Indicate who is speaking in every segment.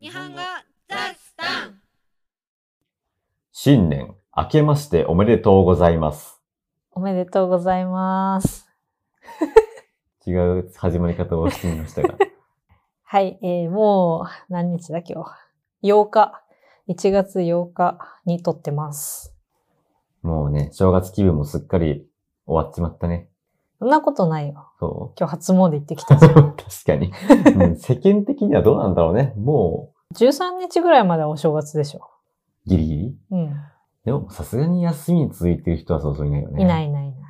Speaker 1: 日本語ザスタン
Speaker 2: 新年明けましておめでとうございます。
Speaker 3: おめでとうございます。
Speaker 2: 違う始まり方をしてみましたが。
Speaker 3: はい、えーもう何日だ今日。8日、1月8日に撮ってます。
Speaker 2: もうね、正月気分もすっかり終わっちまったね。
Speaker 3: そんなことないよ。
Speaker 2: そ
Speaker 3: 今日初詣行ってきた
Speaker 2: う。
Speaker 3: じゃん。
Speaker 2: 確か に、うん世間的にはどうなんだろうね。も
Speaker 3: 13日ぐらいまではお正月でしょ。
Speaker 2: う、ギリギリ
Speaker 3: うん。
Speaker 2: でも、さすがに休みに続いてる人はそうそういないよね。
Speaker 3: いない
Speaker 2: い。
Speaker 3: いないいない。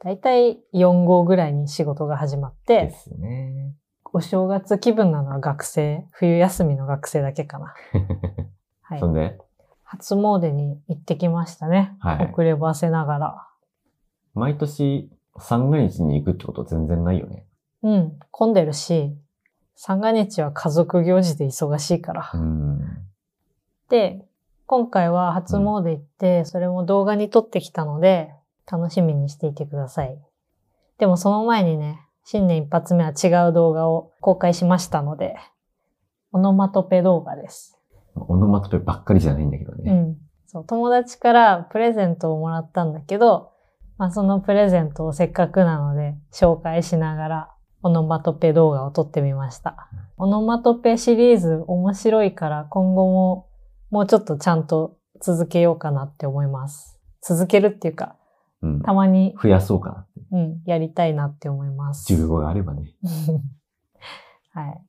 Speaker 3: だいたい4号ぐらいに仕事が始まっ
Speaker 2: で
Speaker 3: て、
Speaker 2: すね。
Speaker 3: お正月気分なのは学生、冬休みの学生だけかな。は い
Speaker 2: そ。んで、
Speaker 3: 初詣に行ってきましたね。
Speaker 2: はい
Speaker 3: 遅ればせながら。
Speaker 2: 毎年三が日に行くってこと全然ないよね。
Speaker 3: うん、混んでるし、三が日は家族行事で忙しいから。
Speaker 2: うん。
Speaker 3: で、今回は初詣行って、それも動画に撮ってきたので、楽しみにしていてください。でもその前にね、新年一発目は違う動画を公開しましたので、オノマトペ動画です。
Speaker 2: オノマトペばっかりじゃないんだけど
Speaker 3: う
Speaker 2: ね。
Speaker 3: ん。そう、友達からプレゼントをもらったんだけど、まあそのプレゼントをせっかくなので紹介しながら、オノマトペ動画を撮ってみました。オノマトペシリーズ面白いから今後ももうちょっとちゃんと続けようかなって思います。続けるっていうか、
Speaker 2: うん。
Speaker 3: たまに、
Speaker 2: 増やそうかな。
Speaker 3: うん、やりたいなって思います。
Speaker 2: 15があればね。
Speaker 3: はい。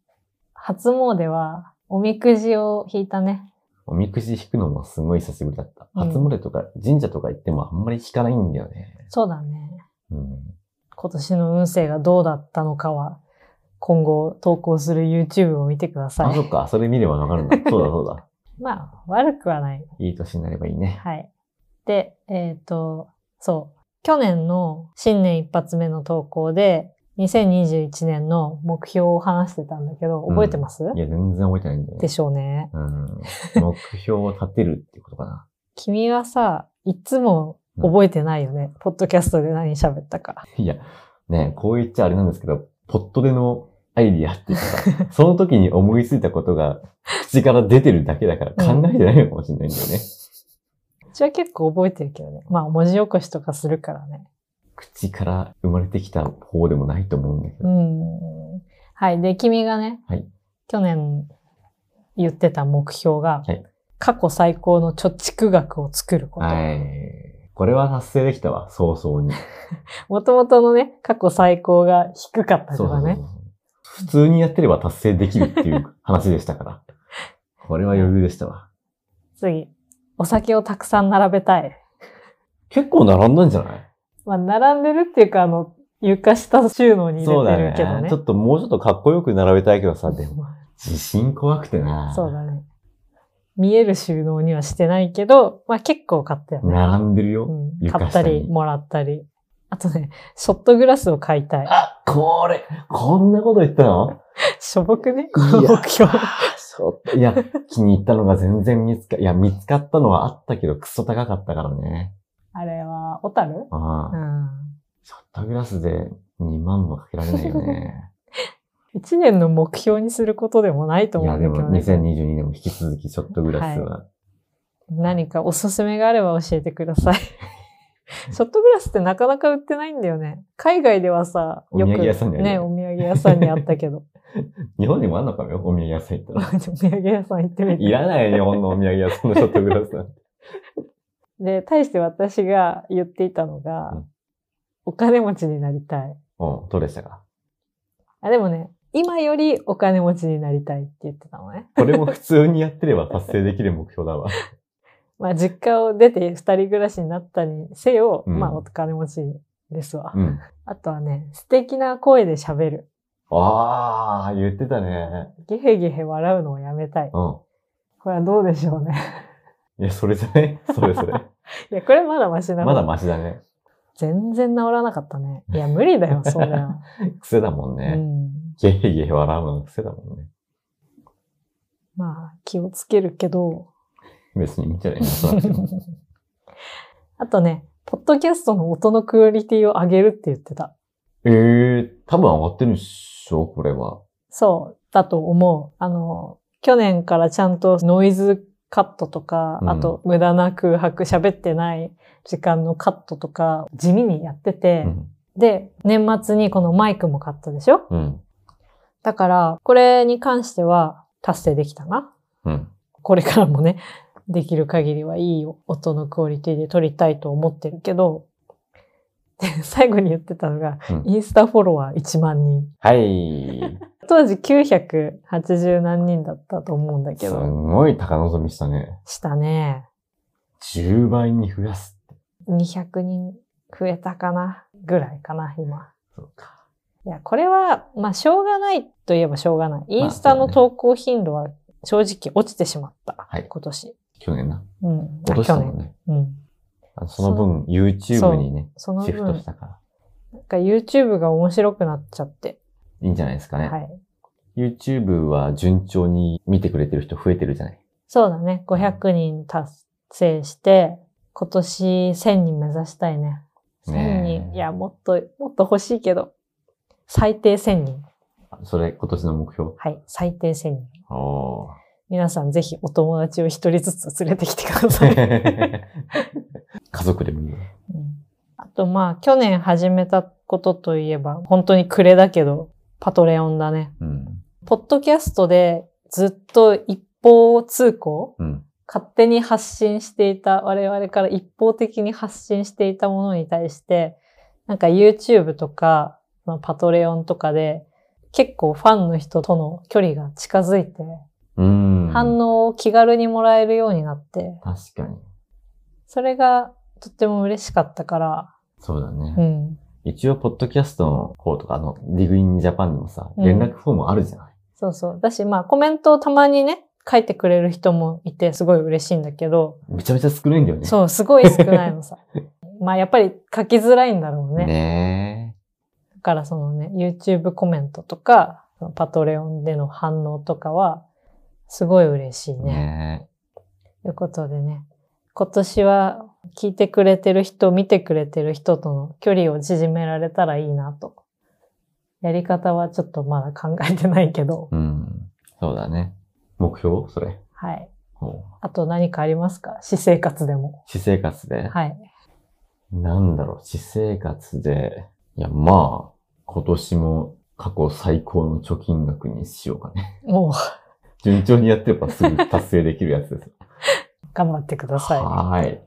Speaker 3: 初詣は、おみくじを引いたね。
Speaker 2: おみくじ引くのもすごい久しぶりだった。
Speaker 3: うん
Speaker 2: 初詣とか神社とか行ってもあんまり引かないんだよね。
Speaker 3: そうだね。
Speaker 2: うん。
Speaker 3: 今年の運勢がどうだったのかは、今後投稿する YouTube を見てくださ
Speaker 2: あ、そっ
Speaker 3: い。
Speaker 2: か。それ見ればわか るんだ。そうだそうだ。
Speaker 3: まあ、悪くはない。
Speaker 2: いい年になればいいね。
Speaker 3: はい。で、えっ、と、そう。去年の新年一発目の投稿で、2021年の目標を話してたんだけど、覚えてます、
Speaker 2: いや、全然覚えてないんだよ
Speaker 3: で
Speaker 2: ね。
Speaker 3: しょうね。
Speaker 2: うん。目標を立てるってことかな。
Speaker 3: 君はさ、いつも覚えてないよね。ポッドキャストで何喋ったか。
Speaker 2: いや、ね、こう言っちゃあれなんですけど、ポットでのアイディアっていう かさ、その時に思いついたことが口から出てるだけだから考えてないのかもしれないんだよね。
Speaker 3: うちは結構覚えてるけどね。まあ、文字起こしとかするからね。
Speaker 2: 口から生まれてきた方でもないと思うんだけ
Speaker 3: う
Speaker 2: ど。
Speaker 3: ん。はい。で、君がね、
Speaker 2: はい
Speaker 3: 去年言ってた目標が、
Speaker 2: はい
Speaker 3: 過去最高の貯蓄額を作ること。
Speaker 2: はい。これは達成できたわ、早々に。
Speaker 3: もともとのね、過去最高が低かったか
Speaker 2: そうそ
Speaker 3: ら
Speaker 2: うそう
Speaker 3: ね
Speaker 2: そ。う普通にやってれば達成できるっていう話でしたから。これは余裕でしたわ。
Speaker 3: 次、お酒をたくさん並べたい。
Speaker 2: 結構並んだんじゃない
Speaker 3: まあ、並んでるっていうか、あの、床下収納に
Speaker 2: そう
Speaker 3: 入れ
Speaker 2: だ
Speaker 3: てる
Speaker 2: ね
Speaker 3: けどね。
Speaker 2: ちょっともうちょっとかっこよく並べたいけどさ、でも、自信怖くてな。
Speaker 3: そうだね。見える収納にはしてないけど、まあ結構買ったよね。
Speaker 2: 並んでるよ。
Speaker 3: うん、
Speaker 2: 床下
Speaker 3: 買
Speaker 2: に
Speaker 3: ったり、もらったり。あとね、ショットグラスを買いたい。
Speaker 2: あ、これ、こんなこと言ったの
Speaker 3: しょぼくねこの目標。
Speaker 2: そう。いや、気に入ったのが全然見つか、いや、見つかったのはあったけど、クソ高かったからね。
Speaker 3: あれは、小樽
Speaker 2: ああ、
Speaker 3: うん。
Speaker 2: ショットグラスで2万もかけられないよ ね。
Speaker 3: 一年の目標にすることでもないと
Speaker 2: い
Speaker 3: 思う
Speaker 2: や、
Speaker 3: ん
Speaker 2: で
Speaker 3: だ
Speaker 2: も
Speaker 3: けどね。
Speaker 2: 2022年も引き続きショットグラスは
Speaker 3: 何かおすすめがあれば教えてくだ さい。ショットグラスってなかなか売ってないんだよね。海外ではさ、
Speaker 2: お土産屋さんにあるよね
Speaker 3: ね、お土産屋さんにあっ たけど。
Speaker 2: 日本にもあんのかもよ、お土産屋さん行った
Speaker 3: お
Speaker 2: ら。
Speaker 3: 土産屋さん行ってみて。
Speaker 2: いらないよ日本のお土産屋さんのショットグラス なんて。
Speaker 3: で、対して私が言っていたのが、
Speaker 2: うん
Speaker 3: お金持ちになりたい。
Speaker 2: うん、どうでしたか
Speaker 3: あ、でもね、今よりお金持ちになりたいって言ってたのね。
Speaker 2: これも普通にやってれば達成できる目標だ わ。
Speaker 3: まあ、実家を出て二人暮らしになったにせよ、
Speaker 2: うん
Speaker 3: まあ、お金持ちですわ。
Speaker 2: うん。
Speaker 3: あとはね、素敵な声で喋る。
Speaker 2: ああ、言ってたね。
Speaker 3: ゲヘゲヘ笑うのをやめた
Speaker 2: う
Speaker 3: い。
Speaker 2: ん。
Speaker 3: これはどうでしょうね。
Speaker 2: いや、それじゃ ないそれそれ。
Speaker 3: いや、これまだマシな方
Speaker 2: まだマシだね。
Speaker 3: 全然治らなかったね。いや、無 理だよ、そんな。
Speaker 2: 癖だもん
Speaker 3: う
Speaker 2: ね。
Speaker 3: ん。
Speaker 2: ゲヘゲヘ笑うの癖だもんね。
Speaker 3: まあ、気をつけるけど。
Speaker 2: 別にいいんじゃないそうなって も
Speaker 3: あとね、ポッドキャストの音のクオリティを上げるって言ってた。
Speaker 2: ええー、多分上がってるでしょこれは。
Speaker 3: そう、だと思う。あの、去年からちゃんとノイズカットとか、
Speaker 2: うん
Speaker 3: あと無駄な空白、喋ってない時間のカットとか、地味にやってて、
Speaker 2: うん。
Speaker 3: で、年末にこのマイクも買ったでしょ
Speaker 2: うん。
Speaker 3: だから、これに関しては達成できたな。
Speaker 2: うん。
Speaker 3: これからもね、できる限りはいい音のクオリティで撮りたいと思ってるけど、で最後に言ってたのが、
Speaker 2: うん
Speaker 3: インスタフォロワー1万人。
Speaker 2: はい。
Speaker 3: 当時980何人だったと思うんだけ
Speaker 2: す
Speaker 3: ど、
Speaker 2: ごい高望みしたね。
Speaker 3: したね。
Speaker 2: 10倍に増やす。
Speaker 3: 200人増えたかなぐらいかな、今。
Speaker 2: そうか。
Speaker 3: いや、これは、まあ、しょうがないといえばしょうがない。インスタ
Speaker 2: まあそうだね
Speaker 3: の投稿頻度は正直落ちてしまった。
Speaker 2: はい
Speaker 3: 今年。
Speaker 2: 去年な。
Speaker 3: うん。
Speaker 2: 落としたもん
Speaker 3: 去
Speaker 2: ね。
Speaker 3: 年。うん。
Speaker 2: あその分 YouTube にね、
Speaker 3: その
Speaker 2: シフト
Speaker 3: 分
Speaker 2: し、たから。
Speaker 3: なんか YouTube が面白くなっちゃって。
Speaker 2: いいんじゃないですかね。
Speaker 3: はい。
Speaker 2: YouTube は順調に見てくれてる人増えてるじゃない。
Speaker 3: そうだね。500人達成して、今年1000人目指したいね。1000
Speaker 2: ねえ
Speaker 3: 人。いや、もっと、もっと欲しいけど。最低1000人。
Speaker 2: あそれ今年の目標。
Speaker 3: はい。最低1000人。
Speaker 2: お
Speaker 3: 皆さんぜひお友達を一人ずつ連れてきてくださ い。
Speaker 2: ー家族でもいいよ。
Speaker 3: うんあとまあ、去年始めたことといえば、本当に暮れだけど、パトレオンだね。
Speaker 2: うん。
Speaker 3: ポッドキャストでずっと一方通行
Speaker 2: うん。
Speaker 3: 勝手に発信していた、我々から一方的に発信していたものに対して、なんか YouTube とか、そのパトレオンとかで、結構ファンの人との距離が近づいて、
Speaker 2: うん。
Speaker 3: 反応を気軽にもらえるようになって、
Speaker 2: 確かに。
Speaker 3: それがとっても嬉しかったから、
Speaker 2: そうだね。
Speaker 3: うん。
Speaker 2: 一応、ポッドキャストの方とか、あの、ディグインジャパンにもさ、
Speaker 3: うん
Speaker 2: 連絡フォームあるじゃない、
Speaker 3: そうそう。だし、まあコメントをたまにね、書いてくれる人もいて、すごい嬉しいんだけど、
Speaker 2: めちゃめちゃ少ないんだよね。
Speaker 3: そう、すごい少ないのさ。 まあやっぱり書きづらいんだろうね。
Speaker 2: ね
Speaker 3: だからそのね、YouTube コメントとか、そのパトレオンでの反応とかは、すごい嬉しい
Speaker 2: え。
Speaker 3: ね。
Speaker 2: ね
Speaker 3: ということでね、今年は聞いてくれてる人、見てくれてる人との距離を縮められたらいいなと。やり方はちょっとまだ考えてないけど、
Speaker 2: え。うん。そうだね。目標それ。
Speaker 3: はい。
Speaker 2: ほう
Speaker 3: あと何かありますか私生活でも。
Speaker 2: 私生活で。
Speaker 3: はい。
Speaker 2: なんだろう、私生活で。いや、まあ、今年も過去最高の貯金額にしようかね。
Speaker 3: もう、
Speaker 2: 順調にやってればすぐ達成できるやつです。
Speaker 3: 頑張ってください。
Speaker 2: はい。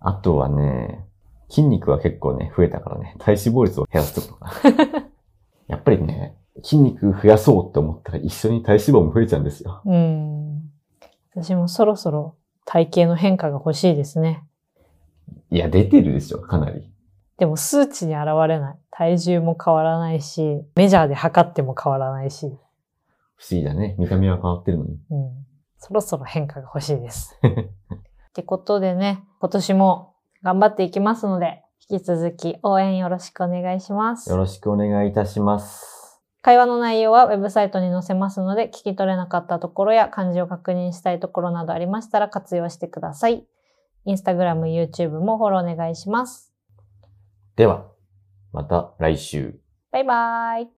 Speaker 2: あとはね、筋肉は結構ね、増えたからね、体脂肪率を減らすってことかな。 やっぱりね、筋肉増やそうって思ったら一緒に体脂肪も増えちゃうんですよ。
Speaker 3: うん。私もそろそろ体型の変化が欲しいですね。
Speaker 2: いや、出てるでしょ、かなり。
Speaker 3: でも数値に現れない。体重も変わらないし、メジャーで測っても変わらないし、
Speaker 2: 不思議だね。見た目は変わってるのに。
Speaker 3: うん。そろそろ変化が欲しいです。ってことでね、今年も頑張っていきますので、引き続き応援よろしくお願いします
Speaker 2: よ。ろしくお願いいたします。
Speaker 3: 会話の内容はウェブサイトに載せますので、聞き取れなかったところや漢字を確認したいところなどありましたら活用してください。インスタグラム、YouTube もフォローお願いします。
Speaker 2: では、また来週。
Speaker 3: バイバーイ。